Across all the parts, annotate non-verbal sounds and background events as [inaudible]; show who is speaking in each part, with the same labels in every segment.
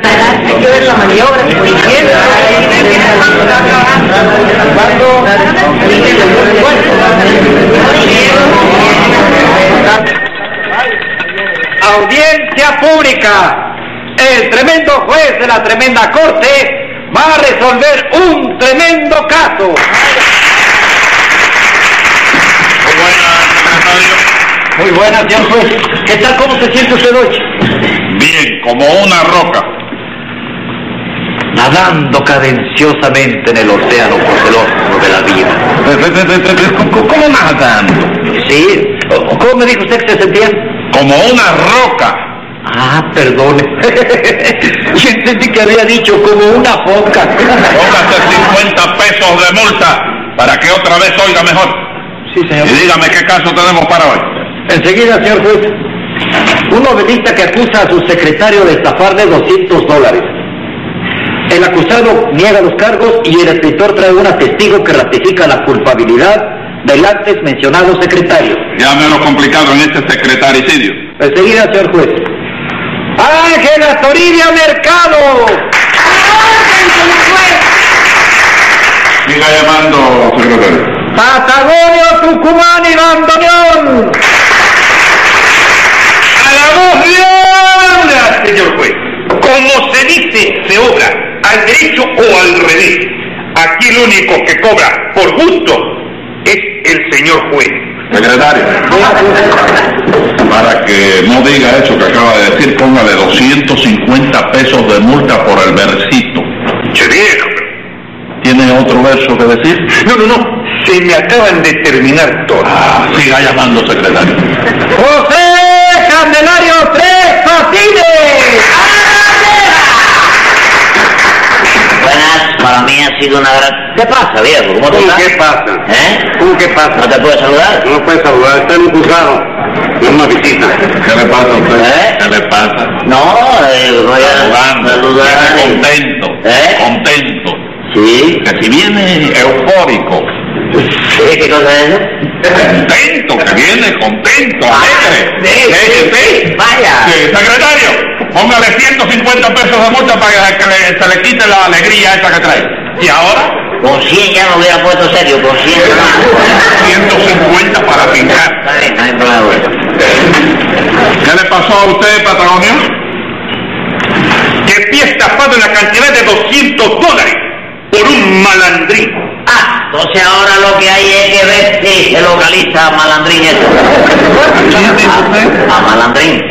Speaker 1: que ver la maniobra, por izquierda,
Speaker 2: Audiencia pública. El tremendo juez de la tremenda corte va a resolver un tremendo caso.
Speaker 3: Muy buenas, secretario.
Speaker 2: Muy buenas, señor juez. ¿Qué tal? ¿Cómo se siente usted hoy?
Speaker 3: Bien, como una roca.
Speaker 2: Nadando cadenciosamente en el océano proceloso de la vida.
Speaker 3: Pe- pe- pe- pe- pe- pe- co- co- ¿Cómo nadando?
Speaker 2: Sí. ¿Cómo me dijo usted que se sentía?
Speaker 3: Como una roca.
Speaker 2: Ah, perdone. [laughs] Yo entendí que había dicho como una foca.
Speaker 3: Póngase 50 pesos de multa para que otra vez oiga mejor.
Speaker 2: Sí, señor.
Speaker 3: Y dígame qué caso tenemos para hoy.
Speaker 2: Enseguida, señor juez. Un novelista que acusa a su secretario de estafarle 200 dólares. El acusado niega los cargos y el escritor trae un testigo que ratifica la culpabilidad del antes mencionado secretario.
Speaker 3: Ya me lo complicaron en este secretaricidio.
Speaker 2: Enseguida, señor juez. Ángela Toribia Mercado.
Speaker 3: Siga llamando, secretario.
Speaker 2: Patagonio Tucumán y Bandoneón.
Speaker 3: A la voz de obra, señor juez. Como se dice, se obra, al derecho o al revés. Aquí el único que cobra por gusto es el señor juez. Secretario, para que no diga eso que acaba de decir, póngale 250 pesos de multa por el versito. Che ¿Tiene otro verso que decir? No, no, no. Se me acaban de terminar todos. Ah, siga llamando, secretario.
Speaker 2: José Candelario Tres Patines.
Speaker 4: Buenas, para mí ha sido una gran... ¿Qué pasa, viejo? ¿Cómo tú
Speaker 5: ¿Tú
Speaker 4: estás?
Speaker 5: qué pasa?
Speaker 4: ¿Eh?
Speaker 5: ¿Tú qué pasa?
Speaker 4: ¿No te puedo saludar?
Speaker 5: No puedes saludar, está en un juzgado. No es una visita.
Speaker 3: ¿Qué le pasa a usted?
Speaker 4: ¿Eh?
Speaker 3: ¿Qué le pasa?
Speaker 4: No, eh, voy a
Speaker 3: Saludando,
Speaker 4: saludar.
Speaker 3: está contento,
Speaker 4: ¿Eh?
Speaker 3: contento.
Speaker 4: ¿Sí?
Speaker 3: Que si viene
Speaker 4: [laughs]
Speaker 3: eufórico,
Speaker 4: ¿Sí? ¿Qué cosa es eso?
Speaker 3: [laughs] contento, que viene contento, alegre.
Speaker 4: Ah, sí, sí,
Speaker 3: este,
Speaker 4: sí, vaya.
Speaker 3: Sí, secretario, póngale 150 pesos de multa para que le- se le quite la alegría esa que trae. ¿Y ahora?
Speaker 4: Con 100 ya me hubiera puesto serio, con 100 más.
Speaker 3: 150 para pintar.
Speaker 4: Está bien, no hay problema. güey.
Speaker 3: ¿Qué le pasó a usted, Patagonio? Que pie estafado en la cantidad de 200 dólares por un malandrín.
Speaker 4: Ah, entonces ahora lo que hay es que ver si se localiza a Malandrín eso. A, a Malandrín.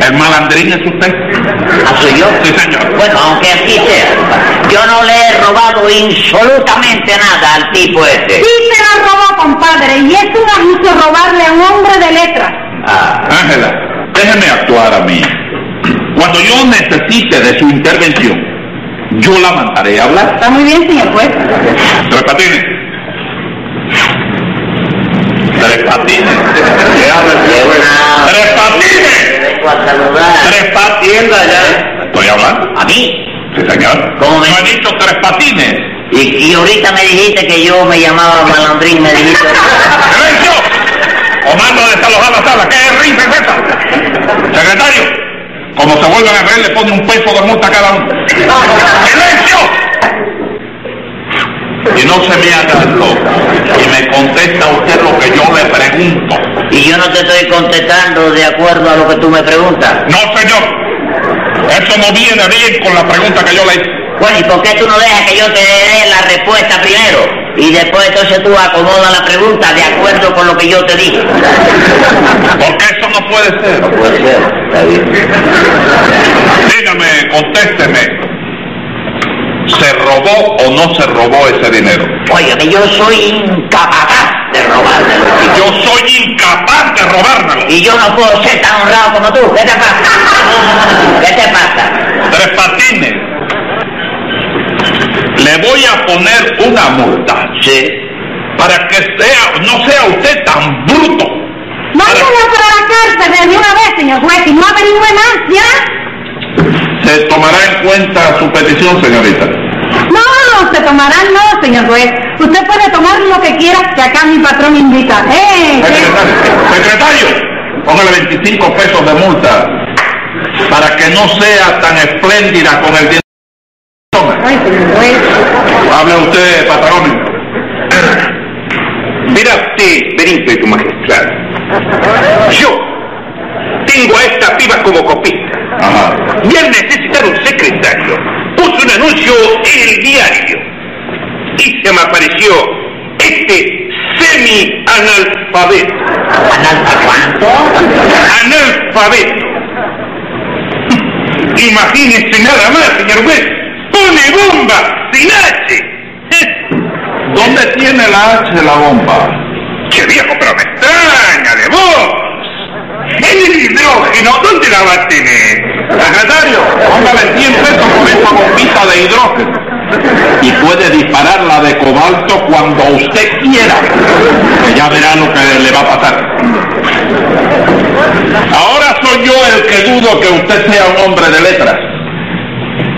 Speaker 3: ¿El malandrín es usted?
Speaker 4: ¿Ah, soy yo?
Speaker 3: Sí, señor.
Speaker 4: Bueno, aunque así sea, yo no le he robado absolutamente nada al tipo este. ese.
Speaker 6: Sí se la robó, compadre, y es un abuso robarle a un hombre de letras.
Speaker 4: Ah,
Speaker 3: Ángela, déjeme actuar a mí. Cuando yo necesite de su intervención, yo la mandaré a hablar.
Speaker 6: Está muy bien, señor juez.
Speaker 3: Tres patines. Tres patines. ¿Qué habla el
Speaker 4: es
Speaker 3: señor juez?
Speaker 4: una-
Speaker 3: ¡Tres patines!
Speaker 4: Vengo a saludar.
Speaker 3: Tres patines allá. ¿Estoy hablando?
Speaker 4: ¿A mí?
Speaker 3: Sí, señor.
Speaker 4: ¿Cómo me-
Speaker 3: ¿No he dicho tres patines?
Speaker 4: Y, y ahorita me dijiste que yo me llamaba Malandrín, me dijiste.
Speaker 3: ¡Silencio! O mando a desalojar la sala. ¿Qué risa es esa? Secretario, como se vuelvan a reír, le pone un peso de multa a cada uno. ¡Silencio! Y no se me haga el loco. Y me contesta usted lo que yo le pregunto.
Speaker 4: Y yo no te estoy contestando de acuerdo a lo que tú me preguntas.
Speaker 3: No, señor. Eso no viene bien con la pregunta que yo le hice.
Speaker 4: Bueno, ¿y por qué tú no dejas que yo te dé la respuesta primero? Y después entonces tú acomodas la pregunta de acuerdo con lo que yo te dije.
Speaker 3: Porque eso no puede ser.
Speaker 4: Puede ser, está bien.
Speaker 3: Dígame, contésteme. ¿Se robó o no se robó ese dinero?
Speaker 4: Óyeme, yo soy incapaz de robarme.
Speaker 3: Yo soy incapaz de robármelo.
Speaker 4: Y yo no puedo ser tan honrado como tú. ¿Qué te pasa? ¿Qué te pasa?
Speaker 3: Tres patines. Le voy a poner una multa.
Speaker 4: Sí.
Speaker 3: Para que sea, no sea usted tan bruto.
Speaker 6: Mándalo para la cárcel de una vez, señor juez, y no averigüe más, ¿ya?
Speaker 3: Se tomará en cuenta su petición, señorita.
Speaker 6: No, se tomarán no, señor juez. Usted puede tomar lo que quiera, que acá mi patrón invita. ¡Eh! eh.
Speaker 3: Secretario, secretario, póngale 25 pesos de multa para que no sea tan espléndida con el dinero. que toma.
Speaker 6: Ay, señor juez.
Speaker 3: Habla usted, Patagón.
Speaker 5: Verá usted, Benito y tu magistrado. Yo tengo a esta piba como copista.
Speaker 3: Ajá.
Speaker 5: Y al necesitar un secretario, puse un anuncio en el diario. Y se me apareció este semi-analfabeto. ¿Analfabeto? Analfabeto. Imagínese nada más, señor juez. Pone bomba sin H.
Speaker 3: ¿Dónde tiene la H de la bomba?
Speaker 5: ¡Qué viejo, pero me extraña de vos! ¡En el hidrógeno! ¿Dónde la vas a tener?
Speaker 3: Secretario, póngale 100 pesos por esta bombita de hidrógeno. Y puede dispararla de cobalto cuando usted quiera. Que ya verá lo que le va a pasar. Ahora soy yo el que dudo que usted sea un hombre de letras.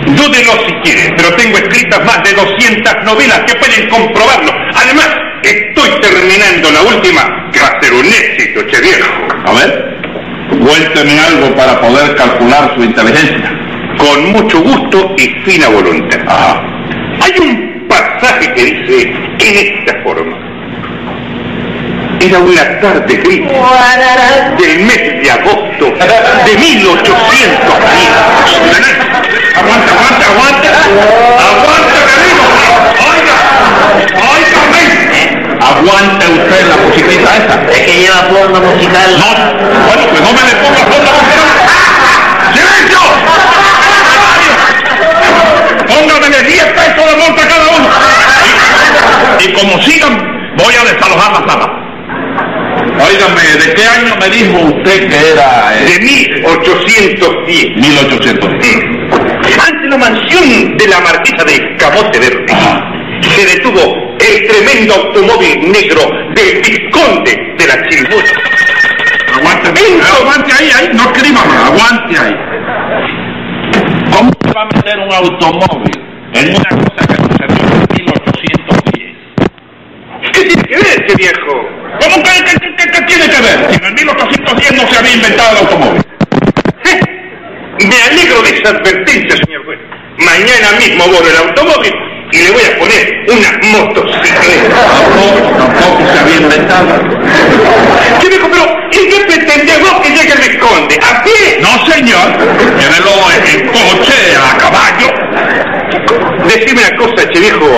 Speaker 5: Dúdelo si quieres, pero tengo escritas más de 200 novelas que pueden comprobarlo. Además, estoy terminando la última, que va a ser un éxito, che viejo.
Speaker 3: A ver, cuénteme algo para poder calcular su inteligencia.
Speaker 5: Con mucho gusto y fina voluntad.
Speaker 3: Ajá.
Speaker 5: Hay un pasaje que dice en esta forma. Era una tarde gris del mes de agosto de 1810. Aguanta, aguanta, aguanta. Aguanta, cariño. Oiga, oiga,
Speaker 3: ¿Aguanta usted la musiquita esa?
Speaker 4: Es que lleva fondo musical.
Speaker 3: No, bueno, pues no me le ponga fondo musical. ¡Silencio! Póngamele 10 pesos de multa cada uno. Y, y como sigan, voy a desalojar la sala. Óigame, ¿de qué año me dijo usted que era eh,
Speaker 5: De 1810.
Speaker 3: 1810?
Speaker 5: Ante la mansión de la marquesa de Camote Verde se detuvo el tremendo automóvil negro del vizconde de la Chilmuta.
Speaker 3: Aguante, aguante ahí, ahí, no escriba más, aguante ahí. ¿Cómo se va a meter un automóvil en una cosa que sucedió en 1810?
Speaker 5: ¿Qué tiene que ver este viejo?
Speaker 3: ¿Cómo que, que, que- que- que tiene que ver? Si en el 1810 no se había inventado el automóvil.
Speaker 5: ¿Eh? Me alegro de esa advertencia, señor juez. Mañana mismo voy el automóvil y le voy a poner una motocicleta.
Speaker 3: Tampoco, tampoco se había inventado.
Speaker 5: ¿Qué viejo? Pero ¿y qué pretendés vos que llegue el vizconde? ¿A pie?
Speaker 3: No, señor. Llévelo en coche, a caballo.
Speaker 5: Decime una cosa, che viejo.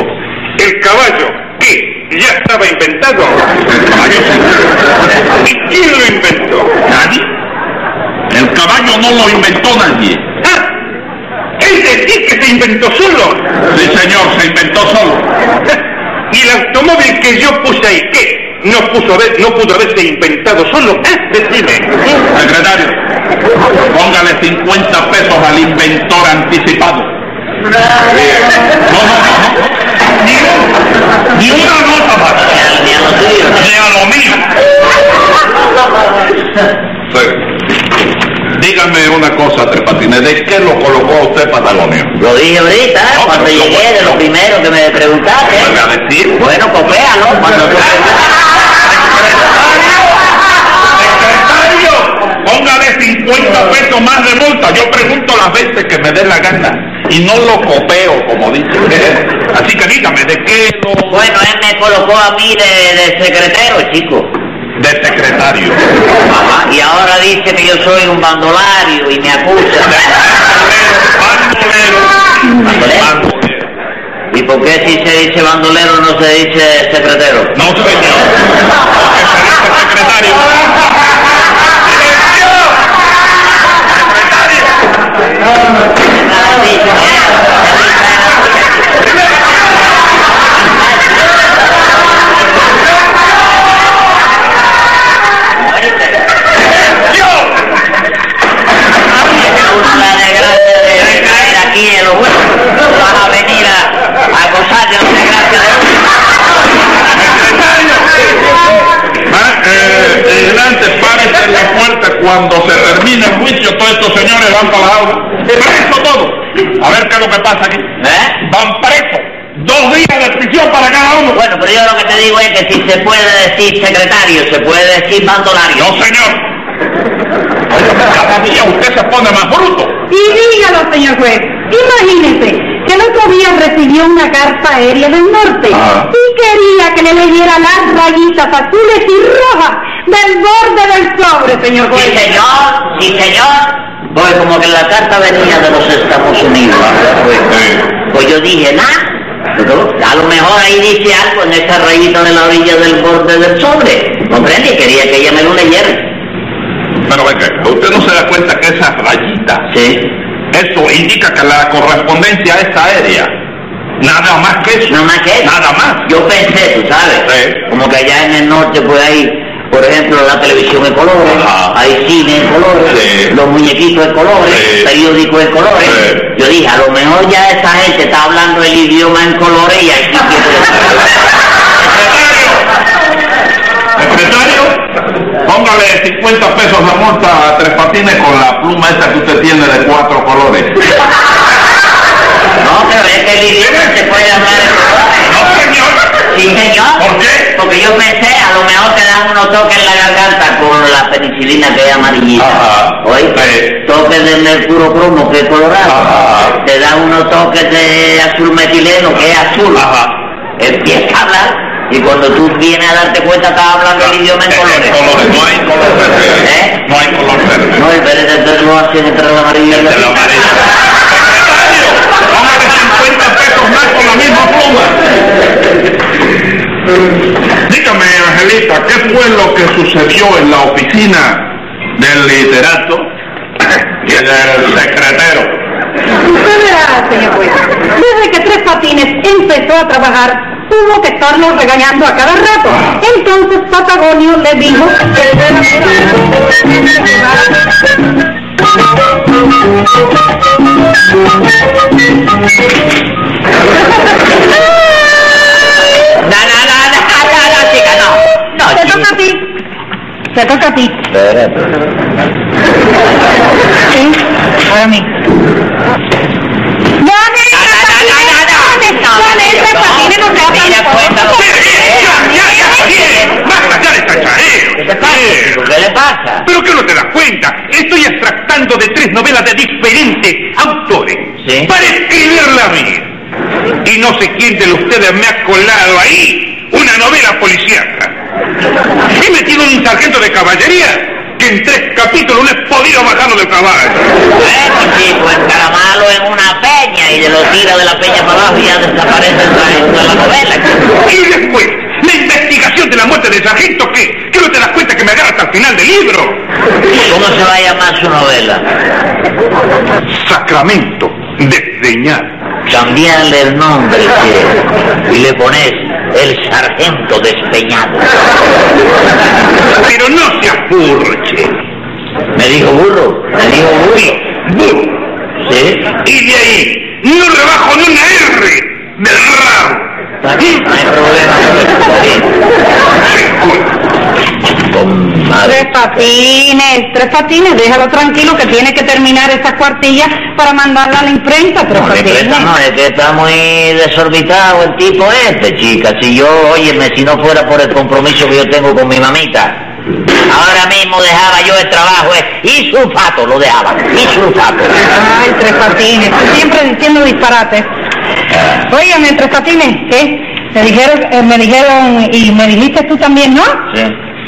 Speaker 5: ¿El caballo qué? ¿Ya estaba inventado?
Speaker 3: El caballo sí.
Speaker 5: ¿Y quién lo inventó?
Speaker 3: ¿Nadie? El caballo no lo inventó nadie.
Speaker 5: ¿Ah? ¿Es decir que se inventó solo?
Speaker 3: Sí, señor, se inventó solo.
Speaker 5: [laughs] ¿Y el automóvil que yo puse ahí qué? ¿No, puso haber, no pudo haberse inventado solo? ¿Eh? Decime.
Speaker 3: Secretario, póngale 50 pesos al inventor anticipado. No, no, no, no. Ni una, ni una nota más.
Speaker 4: Ni a lo tuyo.
Speaker 3: Ni a lo mío. Dígame una cosa, Tres Patines, ¿de qué lo colocó a usted Patagonio?
Speaker 4: Lo dije ahorita,
Speaker 3: No,
Speaker 4: cuando
Speaker 3: pero lo
Speaker 4: llegué,
Speaker 3: bueno,
Speaker 4: de lo
Speaker 3: no.
Speaker 4: primero que me preguntaste.
Speaker 3: ¿Vuelve a decir?
Speaker 4: Bueno, pues copea, ¿no? Cuando tú
Speaker 3: Secretario, póngale 50 pesos más de multa. Yo pregunto las veces que me dé la gana y no lo copeo, como dice. Así que dígame, ¿de qué lo...
Speaker 4: Bueno, él me colocó a mí de, de secretario, chico.
Speaker 3: de secretario?
Speaker 4: Ajá, Y ahora dice que yo soy un bandolario y me acusa.
Speaker 3: Bandolero, bandolero.
Speaker 4: ¿Y por qué si se dice bandolero no se dice secretario?
Speaker 3: No, señor. Porque se dice secretario.
Speaker 4: La desgracia de caer aquí en los huevos. Vas a venir a, a gozar de la desgracia de
Speaker 3: Va, eh, vigilante, párese en la puerta cuando se termine el juicio. Todos estos señores van para la aula. Preso todo. A ver qué es lo que pasa aquí.
Speaker 4: ¿Eh?
Speaker 3: Van presos. Dos días de prisión para cada uno.
Speaker 4: Bueno, pero yo lo que te digo es que si se puede decir secretario, se puede decir bandolario.
Speaker 3: No, señor. Cada día usted se pone más bruto.
Speaker 6: Y dígalo, señor juez. Imagínese que el otro día recibió una carta aérea del norte
Speaker 3: Ah.
Speaker 6: y quería que le leyera las rayitas azules y rojas del borde del sobre, señor
Speaker 4: Sí,
Speaker 6: juez.
Speaker 4: Pues, señor, sí, señor. Pues como que la carta venía de los Estados Unidos. Pues yo dije, nada. A lo mejor ahí dice algo en esa rayita de la orilla del borde del sobre. ¿Comprende? Quería que ella me lo leyera.
Speaker 3: Pero venga, usted no se da cuenta que esas rayitas,
Speaker 4: Sí.
Speaker 3: eso indica que la correspondencia es aérea. Nada más que eso.
Speaker 4: Nada más que eso.
Speaker 3: Nada más.
Speaker 4: Yo pensé, tú sabes.
Speaker 3: Sí.
Speaker 4: Como que allá en el norte, pues ahí, por ejemplo, la televisión en colores,
Speaker 3: Ajá.
Speaker 4: hay cine en colores,
Speaker 3: Sí.
Speaker 4: los muñequitos en colores,
Speaker 3: Sí.
Speaker 4: periódicos en colores.
Speaker 3: Sí.
Speaker 4: Yo dije, a lo mejor ya esa gente está hablando el idioma en colores y aquí
Speaker 3: Secretario, póngale 50 pesos la multa a Tres Patines con la pluma esa que usted tiene de cuatro
Speaker 4: [laughs]
Speaker 3: colores.
Speaker 4: No, pero es que el idioma se puede hablar en colores.
Speaker 3: No, señor.
Speaker 4: Sí, señor.
Speaker 3: ¿Por qué?
Speaker 4: Porque yo pensé, a lo mejor te dan unos toques en la garganta con la penicilina que es amarillita.
Speaker 3: Ah. Ajá.
Speaker 4: ¿Oíste?
Speaker 3: Sí.
Speaker 4: Toques de mercuro cromo que es colorado.
Speaker 3: Ajá.
Speaker 4: Te dan unos toques de azul metileno que es azul.
Speaker 3: Ajá.
Speaker 4: Empieza a hablar y cuando tú vienes a darte cuenta estás hablando el idioma en
Speaker 3: Eh, colores,
Speaker 4: colores.
Speaker 3: No hay color verde.
Speaker 4: ¿Eh?
Speaker 3: No hay color verde.
Speaker 4: No, y espérate, entonces lo hacen entre el amarillo y el
Speaker 3: Te lo
Speaker 4: azul.
Speaker 3: merece. Secretario, póngale 50 pesos más con la misma pluma. Dígame, Angelita, ¿qué fue lo que sucedió en la oficina del literato y del secretario?
Speaker 6: Usted verá, señor juez. Desde que Tres Patines empezó a trabajar, tuvo que estarlo regañando a cada rato. Entonces Patagonio le dijo que era
Speaker 4: No, no, no, no, no, no, chica, no. No,
Speaker 6: Te toca a ti. Te toca a ti. Sí, ahora a mí. ¡Ya, nena, Patines, dale, Tres Patines no te hablan
Speaker 4: Mira,
Speaker 6: por-
Speaker 4: cuéntalo.
Speaker 3: ¡Basta ya de
Speaker 4: ¿Qué te pasa, chico?
Speaker 3: cachadero!
Speaker 4: ¿Qué le pasa?
Speaker 3: ¿Pero que no te das cuenta? Estoy extractando de tres novelas de diferentes autores
Speaker 4: Sí.
Speaker 3: para escribir la mía. Y no sé quién de ustedes me ha colado ahí una novela policíaca. He metido un sargento de caballería que en tres capítulos no he podido bajarlo del caballo.
Speaker 4: Bueno, chico, encaramalo en una peña y de lo tira de la peña para abajo y ya desaparece el de la novela. chico.
Speaker 3: Y después, la investigación de la muerte del sargento que, que no te das cuenta que me agarra hasta el final del libro.
Speaker 4: ¿Cómo se va a llamar su novela?
Speaker 3: Sacramento, desdeñado.
Speaker 4: Cambiarle el nombre chico, y le pones el sargento despeñado.
Speaker 3: Pero no se apurche.
Speaker 4: Me dijo burro, me dijo burro.
Speaker 3: Burro.
Speaker 4: ¿Sí?
Speaker 3: Y de ahí, no rebajo ni una R del raro.
Speaker 4: Está bien, no hay problema. Está bien. Compadre.
Speaker 6: Tres patines, tres patines, déjalo tranquilo que tiene que terminar esas cuartillas para mandarla a la imprensa, tres
Speaker 4: No, de
Speaker 6: patines.
Speaker 4: presa no, es que está muy desorbitado el tipo este, chica. Si yo, óyeme, si no fuera por el compromiso que yo tengo con mi mamita, ahora mismo dejaba yo el trabajo eh, y sulfato lo dejaba, y sulfato.
Speaker 6: Ay, tres patines, siempre diciendo disparates. Óigame, tres patines, ¿qué? Me dijeron, eh, me dijeron, y me dijiste tú también, ¿no?
Speaker 4: Sí.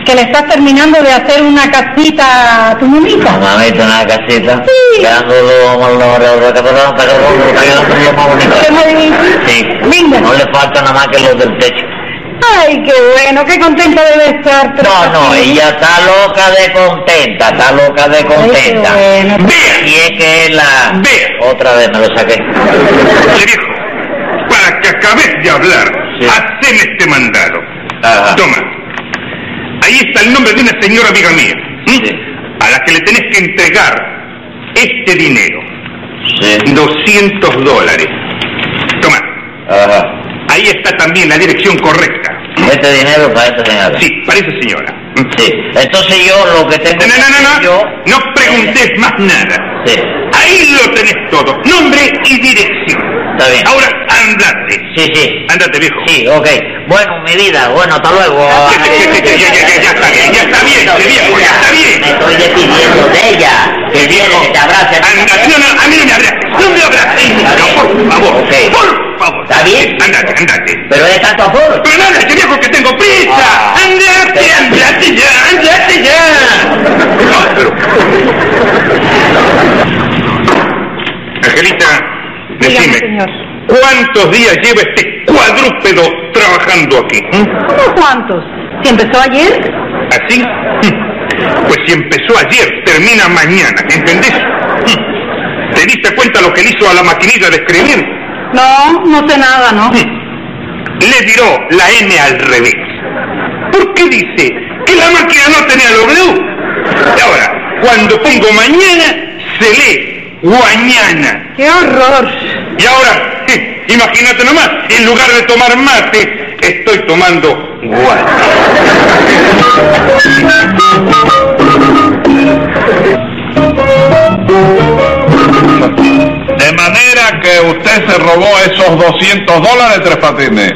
Speaker 6: Que le estás terminando de hacer una casita a tu
Speaker 4: No,
Speaker 6: mamita.
Speaker 4: mamita, una casita.
Speaker 6: Sí.
Speaker 4: Dándolo,
Speaker 6: ¿Qué me dijiste?
Speaker 4: Sí.
Speaker 6: Linda.
Speaker 4: No le falta nada más que los del techo.
Speaker 6: Ay, qué bueno, qué contenta debe estar. Tres
Speaker 4: No, no,
Speaker 6: Patines.
Speaker 4: ella está loca de contenta, está loca de
Speaker 6: Ay, qué
Speaker 4: contenta.
Speaker 6: bueno.
Speaker 4: Y es que es la...
Speaker 3: Ve.
Speaker 4: Otra vez me lo saqué.
Speaker 3: Viejo, para que acabes de hablar,
Speaker 4: Sí.
Speaker 3: haceme este mandado.
Speaker 4: Ajá.
Speaker 3: Toma. Ahí está el nombre de una señora amiga mía, ¿m?
Speaker 4: Sí.
Speaker 3: a la que le tenés que entregar este dinero,
Speaker 4: Sí.
Speaker 3: 200 dólares. Toma.
Speaker 4: Ajá.
Speaker 3: Ahí está también la dirección correcta.
Speaker 4: Este dinero para esta señora.
Speaker 3: Sí, parece señora.
Speaker 4: Sí. Entonces yo lo que tengo
Speaker 3: No, no,
Speaker 4: que
Speaker 3: no, no,
Speaker 4: hacer yo...
Speaker 3: no. No preguntes más nada.
Speaker 4: Sí.
Speaker 3: Ahí lo tenés todo. Nombre y dirección.
Speaker 4: Está bien.
Speaker 3: Ahora andate.
Speaker 4: Sí, sí.
Speaker 3: Andate, viejo.
Speaker 4: Sí, ok. Bueno, mi vida, bueno, hasta luego.
Speaker 3: Ya, ya, ya, ya, ya, ya está bien, ya está bien, ese viejo, ya está bien.
Speaker 4: Me estoy despidiendo de ella.
Speaker 1: favor.
Speaker 5: Pero nada, este viejo que tengo prisa.
Speaker 4: Ah.
Speaker 5: Andate, andate ya, andate ya. Angelita,
Speaker 6: Dígame,
Speaker 5: decime,
Speaker 6: señor.
Speaker 5: ¿cuántos días lleva este cuadrúpedo trabajando aquí? ¿m?
Speaker 6: ¿Unos cuantos? ¿Si empezó ayer?
Speaker 5: ¿Así? ¿Mm? Pues si empezó ayer, termina mañana, ¿entendés? ¿Mm? ¿Te diste cuenta lo que le hizo a la maquinilla de escribir?
Speaker 6: No, no sé nada, ¿no?
Speaker 5: Le tiró la N al revés. ¿Por qué dice que la máquina no tenía W? Y ahora, cuando pongo mañana, se lee guañana.
Speaker 6: ¡Qué horror!
Speaker 5: Y ahora, je, imagínate nomás, en lugar de tomar mate, estoy tomando guay.
Speaker 3: De manera que usted se robó esos 200 dólares, Tres Patines.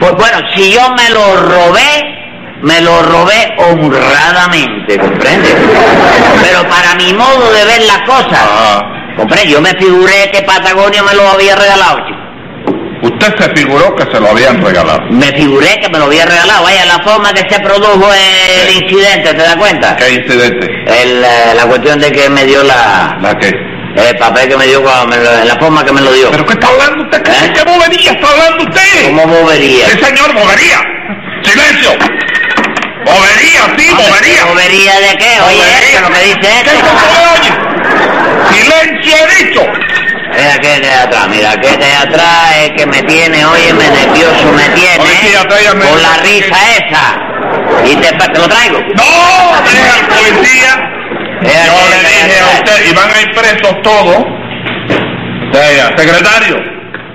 Speaker 4: Pues bueno, si yo me lo robé, me lo robé honradamente, ¿comprende? Pero para mi modo de ver las cosas,
Speaker 3: Ah,
Speaker 4: ¿comprende? Yo me figuré que Patagonia me lo había regalado, chico.
Speaker 3: usted se figuró que se lo habían regalado.
Speaker 4: Me figuré que me lo había regalado. Vaya, la forma que se produjo el
Speaker 3: Sí.
Speaker 4: incidente, ¿te das cuenta?
Speaker 3: ¿Qué incidente?
Speaker 4: El, eh, la cuestión de que me dio la...
Speaker 3: ¿La qué?
Speaker 4: El papel que me dio, cuando me lo- la forma que me lo dio.
Speaker 3: ¿Pero qué está hablando usted? ¿Qué,
Speaker 4: ¿Eh?
Speaker 3: qué bobería está hablando usted?
Speaker 4: ¿Cómo bobería?
Speaker 3: Sí, señor, bobería. Silencio. Bobería, sí, bobería.
Speaker 4: ¿Bobería de qué?
Speaker 3: Bobería.
Speaker 4: Oye, esto lo que dice
Speaker 3: ¿Qué
Speaker 4: este.
Speaker 3: no se oye? Silencio, he dicho.
Speaker 4: Mira que de atrás, mira que de atrás es que me tiene, óyeme, nervioso me tiene.
Speaker 3: Policía, tráigame.
Speaker 4: Con la risa eh. esa. Y te, te lo traigo.
Speaker 3: No, deje al policía.
Speaker 4: Mira
Speaker 3: Yo
Speaker 4: que
Speaker 3: le
Speaker 4: de
Speaker 3: dije a
Speaker 4: atrás.
Speaker 3: usted, y van a ir presos todos. Vea, secretario,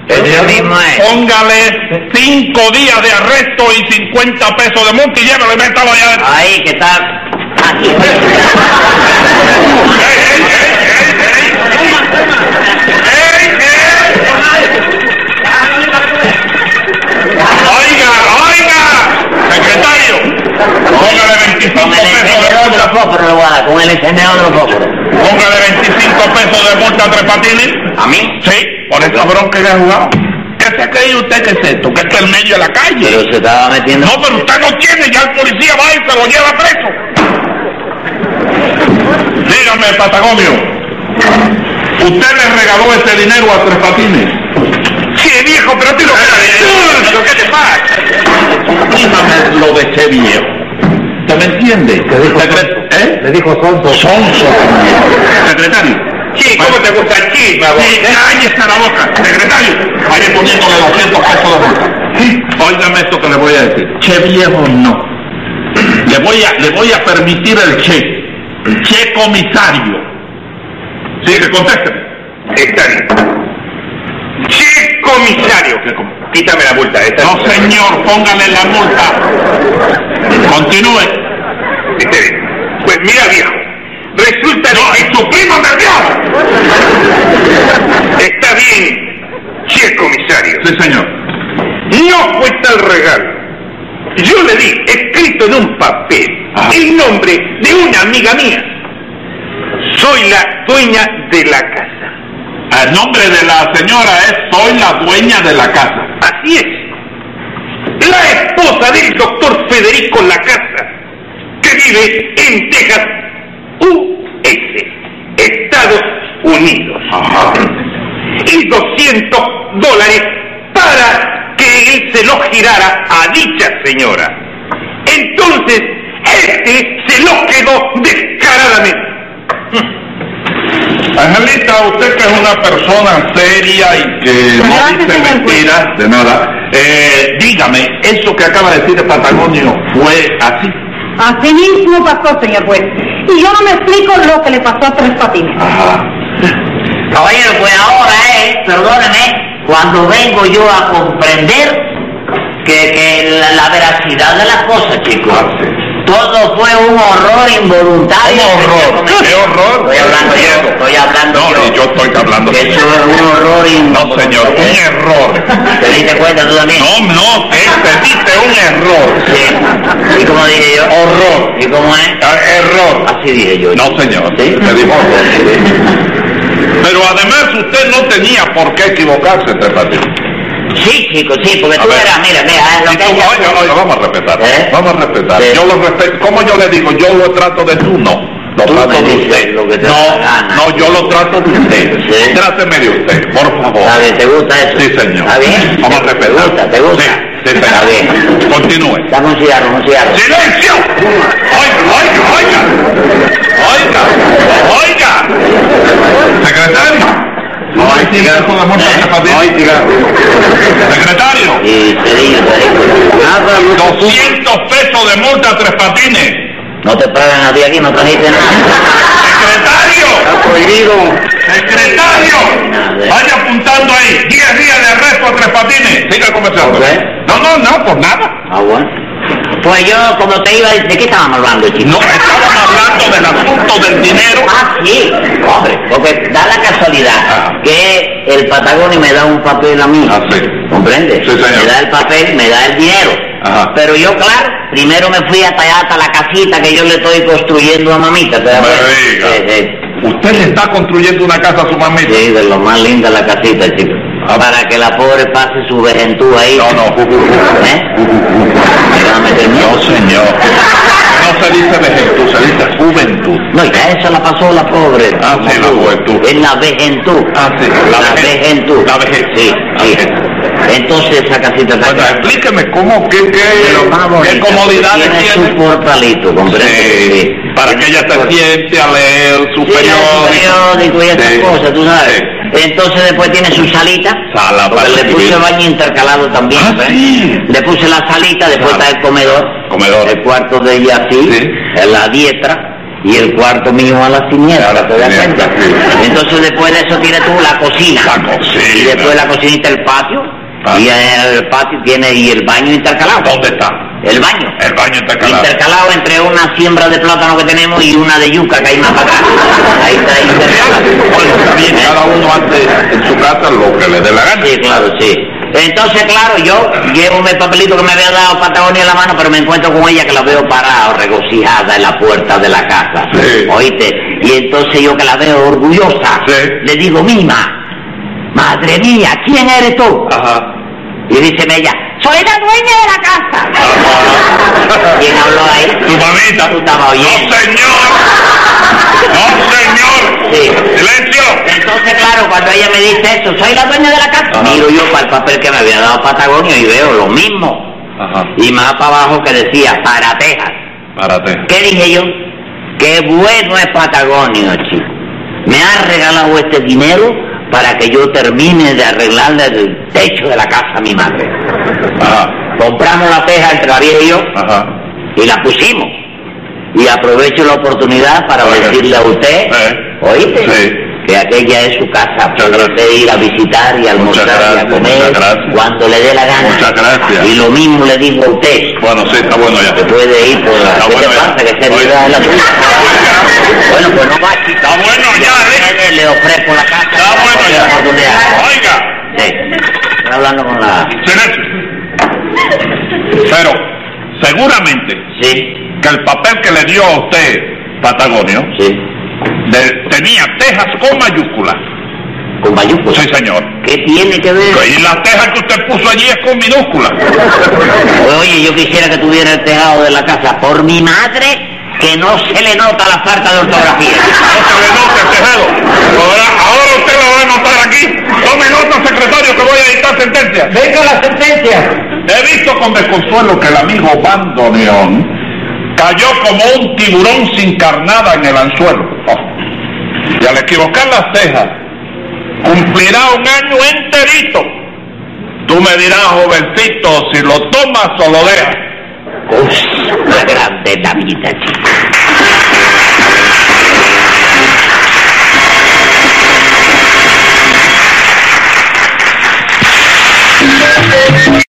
Speaker 4: Eso mismo es.
Speaker 3: póngale cinco días de arresto y 50 pesos de multa y llévelo y métalo allá adentro.
Speaker 4: Ahí que está. Aquí.
Speaker 3: ¡Ey, ey, ey, ey, ey! ¡Ey, ey! Oiga, oiga, secretario, póngale 25
Speaker 4: Con el
Speaker 3: pesos de
Speaker 4: encendedor de los
Speaker 3: multa,
Speaker 4: fósforos le voy a dar, con el encendedor de los fósforos.
Speaker 3: póngale 25 pesos de multa a Tres Patines.
Speaker 4: ¿A mí?
Speaker 3: Sí, por esa bronca que ha jugado. ¿Qué se ha creído usted que es esto? ¿Que esto es el medio de la
Speaker 4: Pero
Speaker 3: calle?
Speaker 4: se estaba metiendo.
Speaker 3: No, pero usted no tiene, ya el policía va y se lo lleva preso. Dígame, Patagonio, ¿usted le regaló ese dinero a Tres Patines?
Speaker 5: Sí, viejo, pero tú lo que ¿qué te pasa?
Speaker 3: Dígame Eh, lo de ese viejo. ¿Usted me entiende? Secre- ¿Eh?
Speaker 2: Le dijo Sonso.
Speaker 3: Sonso. Secretario.
Speaker 5: Sí, ¿cómo te gusta el chisme, a vos? eh?
Speaker 3: Sí, cállese la boca, secretario. Vaya poniéndole 200 pesos de multa. Sí, Óigame esto que le voy a decir. Che viejo, no. Le voy a, le voy a permitir el che. Che comisario. Sí, que contésteme.
Speaker 5: Está bien. Sí, comisario. Quítame la multa. Esta
Speaker 3: No, señor, póngale la multa. Continúe.
Speaker 5: Está bien. Pues mira, viejo. Resulta
Speaker 3: No, es su primo nervioso.
Speaker 5: que está bien. Sí, comisario.
Speaker 3: Sí, señor.
Speaker 5: No fue tal regalo. Yo le di, escrito en un papel,
Speaker 3: Ah.
Speaker 5: el nombre de una amiga mía. Soy la dueña de la casa.
Speaker 3: El nombre de la señora es Soy la dueña de la casa.
Speaker 5: Así es. La esposa del doctor Federico Lacasa, que vive en Texas, U.S., Estados Unidos.
Speaker 3: Ajá.
Speaker 5: Y 200 dólares para que él se lo girara a dicha señora. Entonces, este se lo quedó descaradamente.
Speaker 3: Angelita, usted que es una persona seria y que
Speaker 4: Pues
Speaker 6: Gracias,
Speaker 3: no dice
Speaker 6: señor juez.
Speaker 3: mentiras, de nada, eh, dígame, ¿eso que acaba de decir de Patagonio fue así?
Speaker 6: Así mismo pasó, señor juez. Y yo no me explico lo que le pasó a Tres Patines.
Speaker 3: Ajá.
Speaker 4: Caballero, pues ahora es, perdóneme, cuando vengo yo a comprender que, que la, la veracidad de las cosas, chicos.
Speaker 3: Ah, sí.
Speaker 4: Todo fue un horror involuntario.
Speaker 3: Un
Speaker 4: que
Speaker 3: horror,
Speaker 4: se cometió.
Speaker 3: qué horror.
Speaker 4: Estoy hablando yo, estoy hablando
Speaker 3: No, y yo estoy hablando.
Speaker 4: Que Eso es un horror
Speaker 3: No,
Speaker 4: involuntario.
Speaker 3: señor, un error.
Speaker 4: ¿Te diste cuenta tú también?
Speaker 3: No, no, te pediste un error.
Speaker 4: Sí. ¿Y cómo dije yo?
Speaker 3: Horror.
Speaker 4: ¿Y cómo es?
Speaker 3: Ah, Error.
Speaker 4: Así dije yo.
Speaker 3: No, señor,
Speaker 4: ¿Sí?
Speaker 3: te digo
Speaker 4: [laughs]
Speaker 3: horror. Pero además usted no tenía por qué equivocarse, Tres Patines.
Speaker 4: Sí, chico, sí, porque
Speaker 3: A
Speaker 4: tú
Speaker 3: ver.
Speaker 4: eras, mira, mira, es lo
Speaker 3: Y
Speaker 4: que
Speaker 3: tú,
Speaker 4: ella-
Speaker 3: oiga, oiga, vamos a respetar,
Speaker 4: pues. ¿Eh?
Speaker 3: vamos a respetar.
Speaker 4: Sí.
Speaker 3: Yo lo respeto. ¿Cómo yo le digo? Yo lo trato de tú, no. Lo
Speaker 4: Tú
Speaker 3: trato
Speaker 4: me
Speaker 3: de
Speaker 4: dices
Speaker 3: usted.
Speaker 4: lo que te da
Speaker 3: no,
Speaker 4: la gana.
Speaker 3: no, yo lo trato de usted.
Speaker 4: Sí.
Speaker 3: Tráteme de usted, por favor.
Speaker 4: Está bien, ¿te gusta eso?
Speaker 3: Sí, señor.
Speaker 4: Está bien.
Speaker 3: Vamos a
Speaker 4: ¿Te
Speaker 3: respetar.
Speaker 4: gusta? ¿Te gusta?
Speaker 3: Sí, sí,
Speaker 4: Está
Speaker 3: señor.
Speaker 4: bien.
Speaker 3: Continúe.
Speaker 4: Dame un cigarro, un cigarro.
Speaker 3: ¡Silencio! ¡Oiga, oiga, oiga! ¡Oiga! ¡Oiga! ¡Secretario! No hay cigarro de muerte No hay cigarro. ¡Secretario!
Speaker 4: Y te digo, te digo,
Speaker 2: Nada, no se pudo.
Speaker 3: 200 pesos de multa a tres patines.
Speaker 4: no te pagan a ti aquí, no trajiste nada.
Speaker 3: ¡Secretario!
Speaker 2: Prohibido.
Speaker 3: ¡Secretario! Vaya apuntando ahí. 10 días de arresto a tres patines. Siga conversando.
Speaker 4: Ok.
Speaker 3: No, no, no, por nada.
Speaker 4: Ah, bueno. Pues yo, como te iba a decir, ¿de qué estábamos hablando, chico?
Speaker 3: No, estaban hablando del asunto del dinero.
Speaker 4: Ah, sí, hombre, porque da la casualidad
Speaker 3: Ah.
Speaker 4: que el Patagonio me da un papel a mí.
Speaker 3: Ah, sí.
Speaker 4: ¿Comprende?
Speaker 3: Sí, señor.
Speaker 4: Me da el papel, me da el dinero.
Speaker 3: Ajá.
Speaker 4: Pero yo, claro, primero me fui hasta allá, hasta la casita que yo le estoy construyendo a mamita. ¿te das
Speaker 3: Me
Speaker 4: cuenta? Eh,
Speaker 3: diga.
Speaker 4: Sí, sí.
Speaker 3: Usted le está construyendo una casa a su mamita.
Speaker 4: Sí, de lo más linda la casita, chico.
Speaker 3: Ah.
Speaker 4: Para que la pobre pase su vejentud ahí.
Speaker 3: No, no.
Speaker 4: ¿Eh? Me va a meter miedo.
Speaker 3: No, señor. No se dice vejez, se dice juventud.
Speaker 4: No, ya esa la pasó la pobre.
Speaker 3: Ah, sí, la juventud.
Speaker 4: Es la vejentud.
Speaker 3: Ah, sí, la
Speaker 4: La,
Speaker 3: vejez.
Speaker 4: vejentud.
Speaker 3: La vejez.
Speaker 4: Sí,
Speaker 3: La
Speaker 4: sí.
Speaker 3: vejez.
Speaker 4: Entonces esa casita está
Speaker 3: Bueno,
Speaker 4: acá.
Speaker 3: explíqueme cómo, qué, qué,
Speaker 4: Pero más bonita,
Speaker 3: qué comodidades
Speaker 4: porque tiene su
Speaker 3: tiene.
Speaker 4: portalito, comprende.
Speaker 3: Sí, Para que ella se siente a leer su periódico.
Speaker 4: y esas
Speaker 3: Sí.
Speaker 4: cosas, tú sabes. Entonces después tiene su salita.
Speaker 3: Sala
Speaker 4: porque
Speaker 3: para
Speaker 4: le puse
Speaker 3: escribir.
Speaker 4: baño intercalado también.
Speaker 3: Ah,
Speaker 4: ¿ves?
Speaker 3: sí.
Speaker 4: Le puse la salita, después
Speaker 3: Sala.
Speaker 4: está el comedor.
Speaker 3: Comedor.
Speaker 4: El cuarto de ella así,
Speaker 3: Sí.
Speaker 4: la diestra. Y el cuarto mío a la siniestra,
Speaker 3: A la
Speaker 4: ¿te das
Speaker 3: siniestra,
Speaker 4: cuenta?
Speaker 3: sí.
Speaker 4: Entonces después de eso tienes tú la cocina.
Speaker 3: La cocina.
Speaker 4: Y después la cocinita el patio.
Speaker 3: Ah.
Speaker 4: Y el patio tiene y el baño intercalado.
Speaker 3: ¿Dónde está?
Speaker 4: El baño.
Speaker 3: El baño está calado.
Speaker 4: Intercalado entre una siembra de plátano que tenemos y una de yuca que hay más para acá. Ahí está
Speaker 3: Bueno, está bien, cada
Speaker 4: intercalado.
Speaker 3: uno hace en su casa lo que le dé la gana.
Speaker 4: Sí, claro, sí. Entonces, claro, yo llevo el papelito que me había dado Patagonia en la mano, pero me encuentro con ella que la veo parada, regocijada en la puerta de la casa.
Speaker 3: Sí.
Speaker 4: ¿Oíste? Y entonces yo que la veo orgullosa,
Speaker 3: Sí.
Speaker 4: le digo, Mima, madre mía, ¿quién eres tú?
Speaker 3: Ajá.
Speaker 4: Y dice ella, soy la dueña de la casa.
Speaker 3: [laughs] Ajá.
Speaker 4: ¿Quién habló ahí?
Speaker 3: ¿Tu mamita?
Speaker 4: Tú estabas oyendo.
Speaker 3: ¡No, señor! ¡No, señor!
Speaker 4: Sí.
Speaker 3: ¡Silencio!
Speaker 4: Entonces, claro, cuando ella me dice eso, soy la dueña de la casa.
Speaker 3: Ajá.
Speaker 4: Miro yo para el papel que me había dado Patagonio y veo lo mismo.
Speaker 3: Ajá.
Speaker 4: Y más para abajo que decía, para Texas.
Speaker 3: Párate.
Speaker 4: ¿Qué dije yo? Qué bueno es Patagonio, chico. Me ha regalado este dinero para que yo termine de arreglarle el techo de la casa a mi madre.
Speaker 3: Ajá.
Speaker 4: Compramos la teja entre la vieja y yo
Speaker 3: Ajá.
Speaker 4: y la pusimos. Y aprovecho la oportunidad para
Speaker 3: Oiga.
Speaker 4: decirle a usted,
Speaker 3: Eh.
Speaker 4: ¿oíste?
Speaker 3: Sí.
Speaker 4: Que aquella es su casa,
Speaker 3: Muchas
Speaker 4: puede
Speaker 3: gracias.
Speaker 4: usted ir a visitar y a almorzar
Speaker 3: gracias,
Speaker 4: y a comer
Speaker 3: muchas gracias.
Speaker 4: cuando le dé la gana.
Speaker 3: Muchas gracias.
Speaker 4: Y lo mismo le digo a usted,
Speaker 3: Bueno, sí, está bueno ya.
Speaker 4: que puede ir por la...
Speaker 3: Está
Speaker 4: ¿Qué
Speaker 3: bueno
Speaker 4: te
Speaker 3: ya.
Speaker 4: pasa? Que se
Speaker 3: Oiga.
Speaker 4: libra de la tuya.
Speaker 3: Oiga.
Speaker 4: Bueno, pues no va, chico.
Speaker 3: Está bueno ya, ¿eh?
Speaker 4: Le ofrezco la casa.
Speaker 3: Está bueno
Speaker 4: la oportunidad.
Speaker 3: ya. Oiga.
Speaker 4: Sí. Estoy hablando con la...
Speaker 3: Silencio. Pero, seguramente
Speaker 4: Sí,
Speaker 3: que el papel que le dio a usted Patagonio
Speaker 4: sí.
Speaker 3: de- tenía Texas con mayúscula.
Speaker 4: Con mayúsculas.
Speaker 3: Sí, señor.
Speaker 4: ¿Qué tiene que ver?
Speaker 3: Y la teja que usted puso allí es con minúscula.
Speaker 4: Pues, Oye, yo quisiera que tuviera el tejado de la casa por mi madre, que no se le nota la falta de ortografía.
Speaker 3: No se le nota el tejado. Ahora, ahora usted lo va a notar aquí. Tome nota, secretario, que voy a dictar sentencia.
Speaker 2: Venga la sentencia.
Speaker 3: He visto con desconsuelo que el amigo Bandoneón cayó como un tiburón sin carnada en el anzuelo. Oh. Y al equivocar las cejas, cumplirá un año enterito. Tú me dirás, jovencito, si lo tomas o lo dejas.
Speaker 4: Uf, la grande la vida, chico.